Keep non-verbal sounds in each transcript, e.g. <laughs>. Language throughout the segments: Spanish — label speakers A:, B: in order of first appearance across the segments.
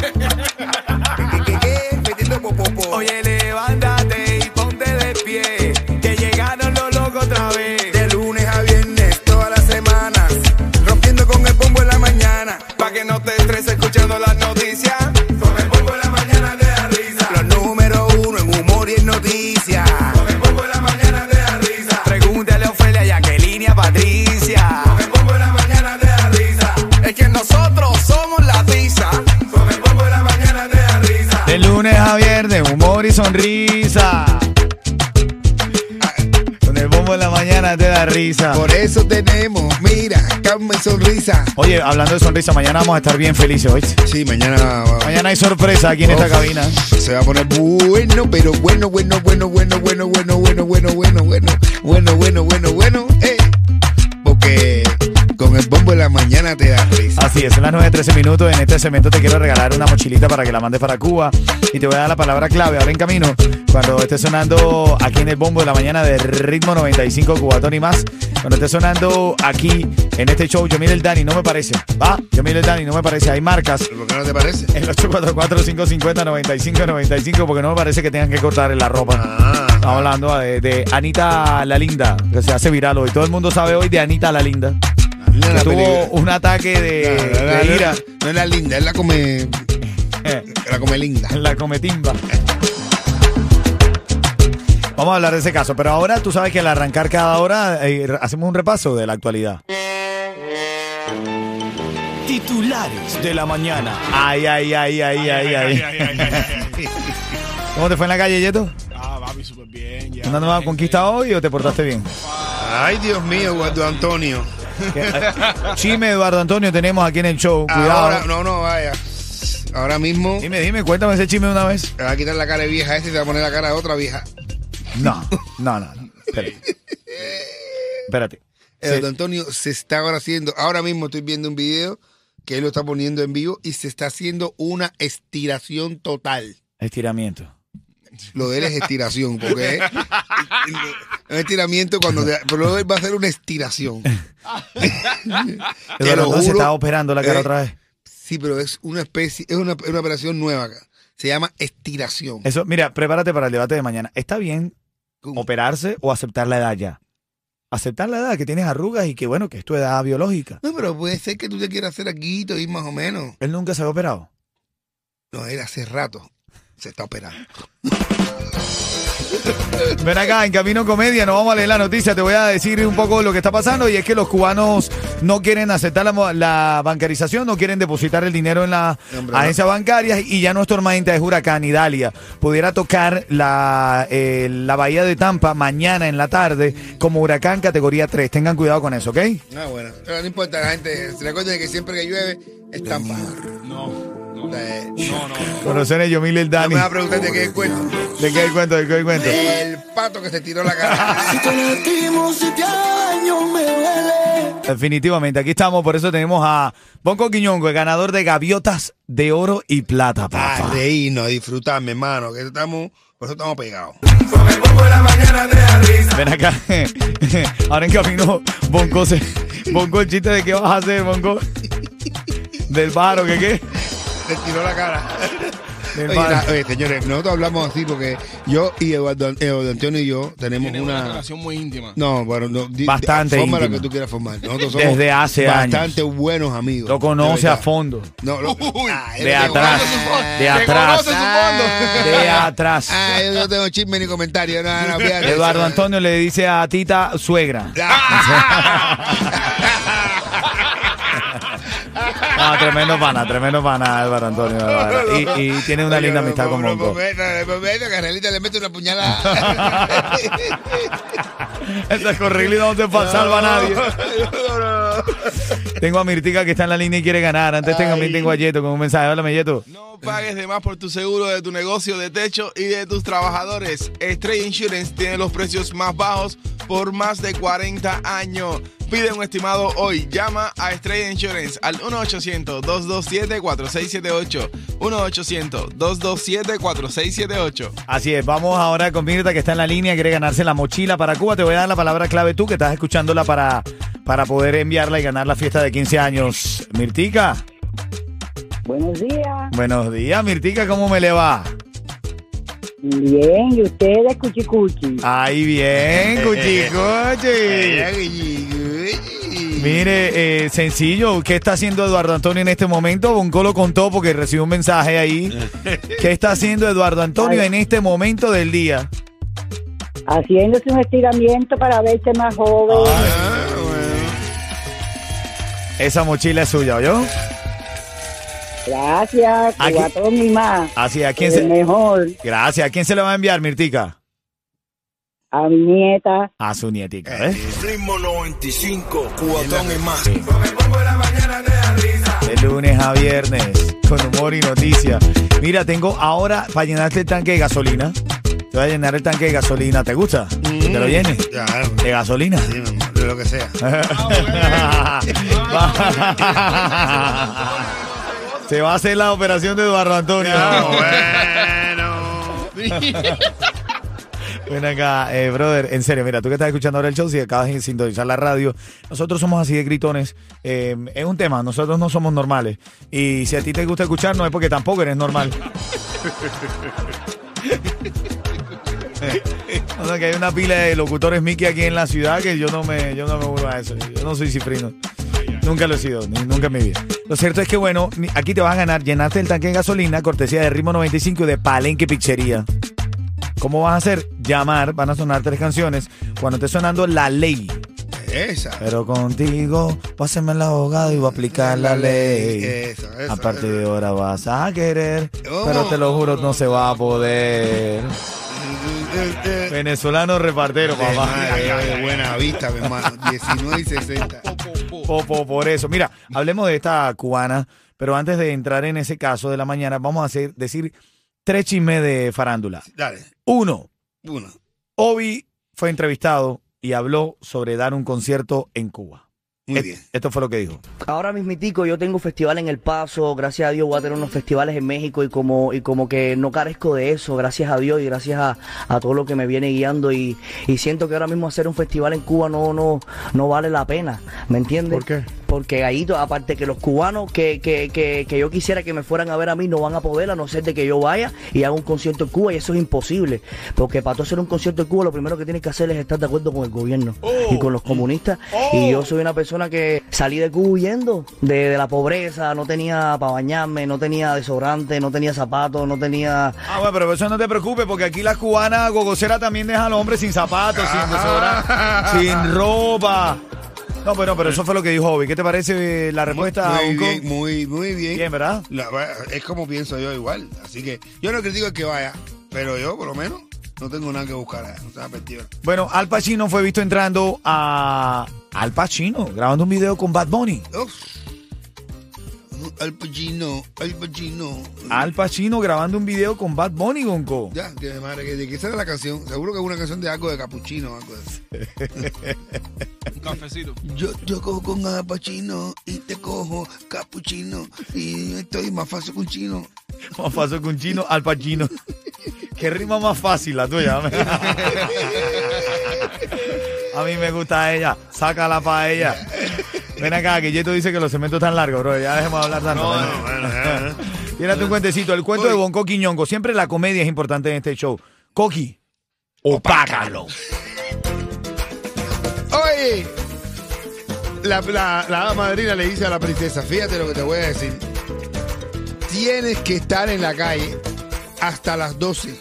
A: ¿Qué, qué, qué? Metiendo popopó.
B: Oye, levántate y ponte de pie. Que llegaron los locos otra vez.
A: De lunes a viernes, todas las semanas. Rompiendo con el bombo en la mañana.
B: Pa' que no te estreses escuchando las noticias.
C: Con el bombo en la mañana te da risa.
A: Los número uno en humor y en noticias.
C: Con el bombo en la mañana te da risa.
B: Pregúntale a Ofelia, Jacqueline y a Patricia.
C: Con el bombo en la mañana te da risa.
B: Es que nosotros somos la pizza.
C: Con el bombo en la mañana te da risa.
B: De lunes a viernes, humor y sonrisa. Con el bombo en la mañana te da risa.
A: Por eso tenemos, mira, calma y sonrisa.
B: Oye, hablando de sonrisa, mañana vamos a estar bien felices, ¿oíste?
A: Sí, mañana.
B: Mañana hay sorpresa aquí en esta cabina.
A: Se va a poner bueno, pero bueno, bueno, bueno, bueno, bueno, bueno, bueno, bueno, bueno, bueno, bueno, bueno, bueno, bueno, eh. Porque con el bombo de la mañana te da risa.
B: Así es, son las 9.13 minutos. En este segmento te quiero regalar una mochilita para que la mandes para Cuba. Y te voy a dar la palabra clave ahora en camino. Cuando esté sonando aquí en el bombo de la mañana de ritmo 95 cubatón y más. Cuando esté sonando aquí en este show, yo miro el Dani, no me parece. Va, yo miro el Dani, no me parece. Hay marcas.
A: ¿Por qué no te parece?
B: El 844-550-9595 porque no me parece que tengan que cortar la ropa.
A: Ah,
B: Estamos hablando de, de Anita la Linda, que se hace viral hoy. Todo el mundo sabe hoy de Anita la Linda.
A: No
B: que
A: es la
B: tuvo
A: película. Eh,
B: un ataque de,
A: No, no, no,
B: de
A: no,
B: ira
A: No es la linda, es la come. La come linda.
B: Eh, en la cometimba. Vamos a hablar de ese caso, pero ahora tú sabes que al arrancar cada hora eh, hacemos un repaso de la actualidad. Titulares de la mañana. Ay, ay, ay, ay, ay, ay. ¿Cómo te fue en la calle, Yeto?
D: Ah, papi, súper bien. Ya.
B: ¿Una nueva conquista hoy o te portaste bien?
A: Ay, Dios mío, Eduardo Antonio.
B: Chime, Eduardo Antonio, tenemos aquí en el show.
A: Ahora,
B: Cuidado.
A: no, no, vaya. Ahora mismo
B: Dime, dime, cuéntame ese chisme de una vez.
A: te va a quitar la cara de vieja esta y te va a poner la cara de otra vieja.
B: No, no, no. no. Espérate. Espérate.
A: <laughs> Eduardo Antonio se está ahora haciendo, ahora mismo estoy viendo un video que él lo está poniendo en vivo y se está haciendo una estiración total.
B: Estiramiento.
A: Lo de él es estiración, porque es un estiramiento cuando te- pero luego él va a hacer una estiración.
B: Eduardo
A: Ah, lo
B: Antonio se
A: juro,
B: está operando la cara
A: eh,
B: otra vez.
A: Sí, pero es una especie, es una, es una operación nueva acá. Se llama estiración.
B: Eso, mira, prepárate para el debate de mañana. ¿Está bien
A: ¿Cómo?
B: operarse o aceptar la edad ya? Aceptar la edad, que tienes arrugas y que bueno, que es tu edad biológica.
A: No, pero puede ser que tú te quieras hacer aquí y más o menos.
B: Él nunca se había operado.
A: No, él hace rato se está operando.
B: Ven acá, en Camino Comedia, no vamos a leer la noticia, te voy a decir un poco lo que está pasando y es que los cubanos no quieren aceptar la, mo- la bancarización, no quieren depositar el dinero en las
A: Hombre, no.
B: agencias bancarias y ya nuestro tormenta es huracán Idalia. Pudiera tocar la, eh, la bahía de Tampa mañana en la tarde como huracán categoría 3. Tengan cuidado con eso, ¿ok?
A: No, bueno. Pero no importa, la gente se recuerda que siempre que llueve, estampa.
D: No, no, no,
A: Eh,
D: no. no.
B: Conocer a Yomil el
A: No
B: Dani.
A: me vas a preguntar de qué es el cuento.
B: ¿De qué hay cuento? ¿De qué hay cuento?
A: El pato que se tiró la cara.
B: Definitivamente, aquí estamos, por eso tenemos a Bonco Quiñongo, el ganador de gaviotas de oro y plata, papá.
A: <laughs> A reírnos, a disfrutar, mi hermano, que estamos, por eso estamos pegados.
C: Con el bombo en la mañana te da risa.
B: Ven acá. <laughs> Ahora en camino, Bonco se. Bonco, el chiste de qué vas a hacer, Bonco. Del baro, ¿qué qué?
A: Se tiró la cara.
B: Del
A: <laughs> Oye,
B: baro.
A: na- oye, señores, nosotros hablamos así porque yo y Eduardo, Eduardo Antonio y yo tenemos
D: Tiene una
A: una...
D: relación muy íntima.
A: No, bueno, no, di-
B: Bastante
A: forma la
B: íntima.
A: que tú quieras formar. Nosotros somos
B: Desde hace años.
A: bastante buenos amigos.
B: Lo
A: de
B: conoce
A: verdad.
B: a fondo.
A: No, lo-
D: Uy,
A: Ah,
B: De
A: él-
B: atrás.
D: conoce su fondo.
B: De
D: Te
B: atrás.
D: conoce su fondo.
B: De atrás.
A: Ah, yo no tengo chisme ni comentario. No, no, fíjate.
B: Eduardo Antonio le dice a Tita suegra. Ah, tremendo pana, tremendo pana, Eduardo Antonio. de verdad. Y, y tiene una linda amistad con Mongo.
A: Carrelita le mete una puñalada.
B: Esa escorrilita no te fa- salva a nadie.
A: No, no, no.
B: Tengo a Mirtica que está en la línea y quiere ganar. Antes tengo, también tengo a Yeto con un mensaje. Háblame, Yeto.
D: No pagues de más por tu seguro de tu negocio de techo y de tus trabajadores. Stray Insurance tiene los precios más bajos por más de 40 años. Pide un estimado hoy. Llama a Stray Insurance al 1-800-227-4678. 1-800-227-4678.
B: Así es, vamos ahora con Mirta que está en la línea, quiere ganarse la mochila para Cuba. Te voy a dar la palabra clave tú que estás escuchándola para, para poder enviarla y ganar la fiesta de 15 años. Mirtica,
E: Buenos días.
B: buenos días, Mirtica, ¿cómo me le va?
E: Bien, y ustedes, cuchicuchi.
B: Ahí bien, cuchicoche. Mire, eh, sencillo, ¿qué está haciendo Eduardo Antonio en este momento? Bonco lo contó porque recibió un mensaje ahí. ¿Qué está haciendo Eduardo Antonio en este momento del día?
E: Haciéndose un estiramiento para verse más joven.
B: Ah. Esa mochila es suya, ¿oyó?
E: Gracias,
B: Aquí-
E: cubatón y más.
B: Así, ¿a quién
E: El
B: se...
E: mejor,
B: Gracias, ¿a quién se le va a enviar, Mirtica?
E: a mi nieta.
B: A su nietica, ¿ves?
C: Ritmo 95, cuatón y más. Ponme bombo en la mañana de la risa.
B: De lunes a viernes, con humor y noticias. Mira, tengo ahora para llenarte el tanque de gasolina. Te voy a llenar el tanque de gasolina. ¿Te gusta? ¿Te lo llenes?
A: Claro,
B: De gasolina. <laughs>
A: sí, mi amor, de lo que sea.
B: Va- <laughs> Se va a hacer la operación de Eduardo Antonio.
A: Ah,
B: <laughs> Ven acá, eh, brother, en serio, mira, tú que estás escuchando ahora el show, si acabas de sintonizar la radio, nosotros somos así de gritones, eh, es un tema, nosotros no somos normales. Y si a ti te gusta escuchar, no es porque tampoco eres normal. O sea que hay una pila de locutores Mickey aquí en la ciudad que yo no me, yo no me burlo a eso. Yo no soy cifrino. Nunca lo he sido, ni- nunca en mi vida. Lo cierto es que, bueno, ni- aquí te vas a ganar, llenarte el tanque de gasolina, cortesía de Ritmo 95 y de Palenque Pizzería. ¿Cómo vas a hacer? Llamar, van a sonar tres canciones. Cuando esté sonando la ley.
A: Esa.
B: Pero contigo, pásame el abogado y voy a aplicar la ley.
A: Eso, eso.
B: A partir de ahora vas a querer,
A: Oh.
B: pero te lo juro, no se va a poder. Venezolano repartero, papá.
A: de buena vista, mi hermano. 19 y 60.
B: Po- po- por eso. Mira, hablemos de esta cubana, pero antes de entrar en ese caso de la mañana, vamos a hacer, decir tres chismes de farándula.
A: Dale,
B: Uno,
A: uno.
B: Obi fue entrevistado y habló sobre dar un concierto en Cuba.
A: Muy
B: Et-
A: bien.
B: E- Esto fue lo que dijo.
F: Ahora mismitico yo tengo festival en El Paso, gracias a Dios voy a tener unos festivales en México y como y como que no carezco de eso, gracias a Dios y gracias a, a todo lo que me viene guiando y, y siento que ahora mismo hacer un festival en Cuba no no no vale la pena, ¿me entiendes?
B: ¿Por qué?
F: Porque ahí to- aparte que los cubanos que, que, que, que yo quisiera que me fueran a ver a mí no van a poder a no ser de que yo vaya y haga un concierto en Cuba y eso es imposible, porque para tú hacer un concierto en Cuba lo primero que tienes que hacer es estar de acuerdo con el gobierno y con los comunistas y yo soy una persona que salí de Cuba huyendo de, de la pobreza, no tenía para bañarme, no tenía desodorante, no tenía zapatos, no tenía...
B: Ah, bueno, pero eso no te preocupes, porque aquí las cubanas gogoceras también dejan al hombre sin zapatos,
A: Ah.
B: sin desodorante, sin ropa. No, pero, pero eso fue lo que dijo Obi. ¿Qué te parece eh, la respuesta?
A: Muy
B: Bonco?
A: bien, muy, muy bien.
B: Bien, ¿verdad?
A: La va- es como pienso yo igual. Así que yo no critico el que vaya, pero yo por lo menos no tengo nada que buscar. allá, No estaba perdido.
B: Bueno, Al Pacino fue visto entrando a Al Pacino, grabando un video con Bad Bunny.
A: Uf. Al Pacino, Al Pacino.
B: Al Pacino grabando un video con Bad Bunny, Gonco.
A: Ya, que de madre, que de qué será la canción. Seguro que es una canción de algo de capuchino o algo de eso. <laughs>
D: Un cafecito.
A: Yo, yo cojo con Al Pacino y te cojo capuchino y estoy más fácil con chino.
B: Más fácil que un chino, Al Pacino. Qué rima más fácil la tuya. hombre. a mí me gusta ella. Sácala para ella. Ven acá, que Yeto dice que los cementos están largos, bro. Ya dejemos de hablar tanto.
A: No,
B: Ven.
A: no, bueno, ya,
B: Tírate un cuentecito. El cuento de Bonco Quiñongo. Siempre la comedia es importante en este show. Coqui, opácalo.
A: Oye, la, la, la hada madrina le dice a la princesa, fíjate lo que te voy a decir. Tienes que estar en la calle hasta las 12.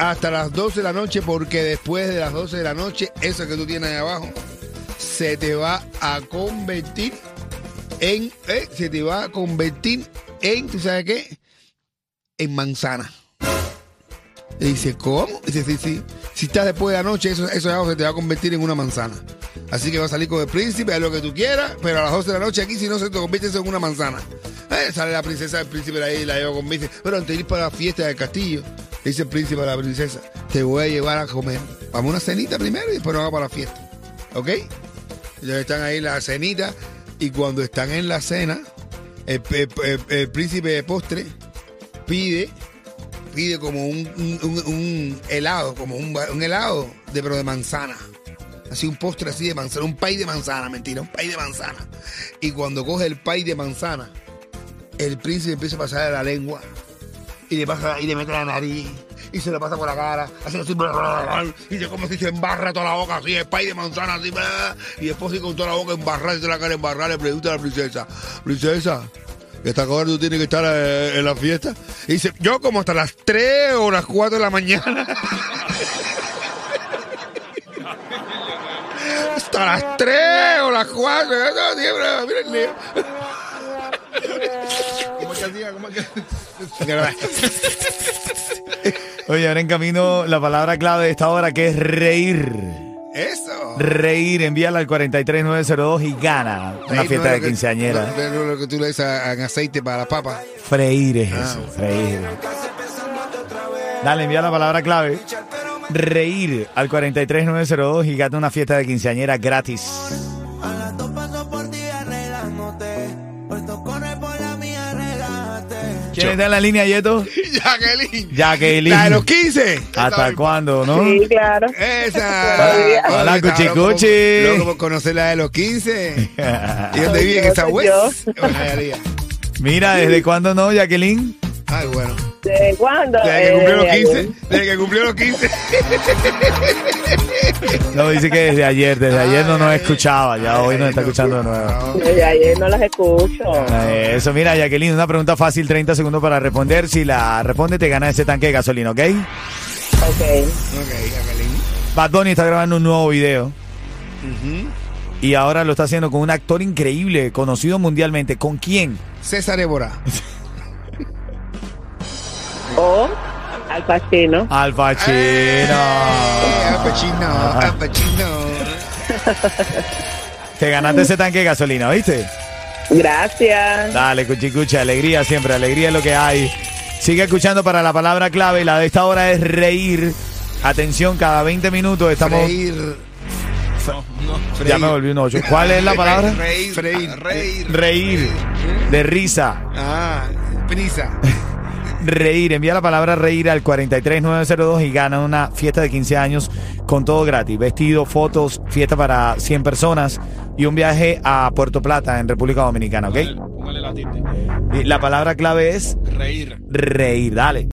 A: hasta las 12 de la noche porque después de las 12 de la noche, eso que tú tienes ahí abajo, se te va a convertir en, eh, se te va a convertir en, ¿tú sabes qué? En manzana. Y dice, ¿cómo? Dice, sí, sí. Si estás después de la noche, eso, eso de abajo se te va a convertir en una manzana. Así que va a salir con el príncipe, haz lo que tú quieras, pero a las 12 de la noche aquí, si no, se te convierte eso en una manzana. Eh, sale la princesa del príncipe de ahí, la lleva conmigo. Dice, pero antes de ir para la fiesta del castillo, le dice el príncipe a la princesa, te voy a llevar a comer. Vamos a una cenita primero y después nos vamos para la fiesta. ¿Ok? Ellos están ahí en la cenita y cuando están en la cena, el, el- el- el príncipe de postre pide pide como un, un- un- un helado, como un, ba- un helado de pero de manzana. Así un postre así de manzana, un pay de manzana, mentira, un pay de manzana. Y cuando coge el pay de manzana, el príncipe empieza a pasar la lengua y le pasa y le mete la nariz y se lo pasa por la cara, así así, bla, bla, bla, y se como si se embarra toda la boca así, el pay de manzana así, bla, y después sí con toda la boca embarrada y toda la cara embarrada le pregunta a la princesa, princesa, que hasta ahora tú tienes que estar eh, en la fiesta. Y dice, yo como hasta las 3 o las 4 de la mañana. <laughs> hasta las 3 o las 4. No, siempre, mira el lío.
D: <laughs> ¿Cómo es que hacía? ¿Cómo es que
B: Oye, ahora en camino la palabra clave de esta hora que es reír.
A: Eso.
B: Reír, envíala al 43902 y gana una
A: Ahí
B: fiesta de
A: no es lo que-
B: quinceañera.
A: no es Lo, que tú le das a- a- en aceite para la papa.
B: Freír es eso, freír. Ah, Dale, envía la palabra clave. Reír al 43902 y gana una fiesta de quinceañera gratis. ¿Quién está en la línea, Yeto?
A: Jacqueline. <laughs>
B: Jacqueline. Ah,
A: La de los 15.
B: ¿Hasta cuándo, no?
E: Sí, claro.
A: Esa.
B: Hola,
A: Estaba
B: Cuchi
A: loco por-
B: Cuchi.
A: Loco por conocer la de
B: <laughs>
A: los 15. ¿Y dónde vive? ¿En
E: yo,
A: esa
E: soy
A: West?
E: yo.
A: En Hialeah.
B: <laughs> Mira, ¿desde cuándo no, Jacqueline?
A: Ay, bueno.
E: ¿De cuándo?
A: Desde que
E: Eh,
A: cumplió los
E: de
A: 15. Desde que cumplió los 15.
B: No, dice que desde ayer, desde ayer no nos
A: Ay,
B: escuchaba, ya
A: ay,
B: hoy nos está
A: no, Ah,
B: escuchando de
A: no.
B: nuevo.
E: ayer. Desde ayer no las escucho.
B: Eh, Eso, mira, Jacqueline, una pregunta fácil, 30 segundos para responder. Si la responde, te gana ese tanque de gasolina, ¿ok?
E: Ok.
A: Ok, Jacqueline.
B: Bad Bunny está grabando un nuevo video. Y ahora lo está haciendo con un actor increíble, conocido mundialmente. ¿Con quién?
A: César Évora.
E: O Al Pacino.
B: Al
A: Eh, Al
B: Pacino.
A: Pacino. Al Pacino.
B: Te ganaste ese tanque de gasolina, ¿viste?
E: Gracias.
B: Dale, cuchicucha, alegría siempre, alegría es lo que hay. Sigue escuchando para la palabra clave, la de esta hora es reír. Atención, cada 20 minutos estamos...
A: Freír.
B: Ya me volví un ocho. ¿Cuál es la palabra?
A: Freír.
D: Freír.
A: Freír.
B: Reír. De risa.
A: Ah, prisa.
B: <laughs> Reír. Envía la palabra reír al 43902 y gana una fiesta de 15 años con todo gratis. Vestido, fotos, fiesta para 100 personas y un viaje a Puerto Plata en República Dominicana, ¿ok?
D: Póngale la tinte.
B: Y la palabra clave es
D: Reír.
B: reír. Dale.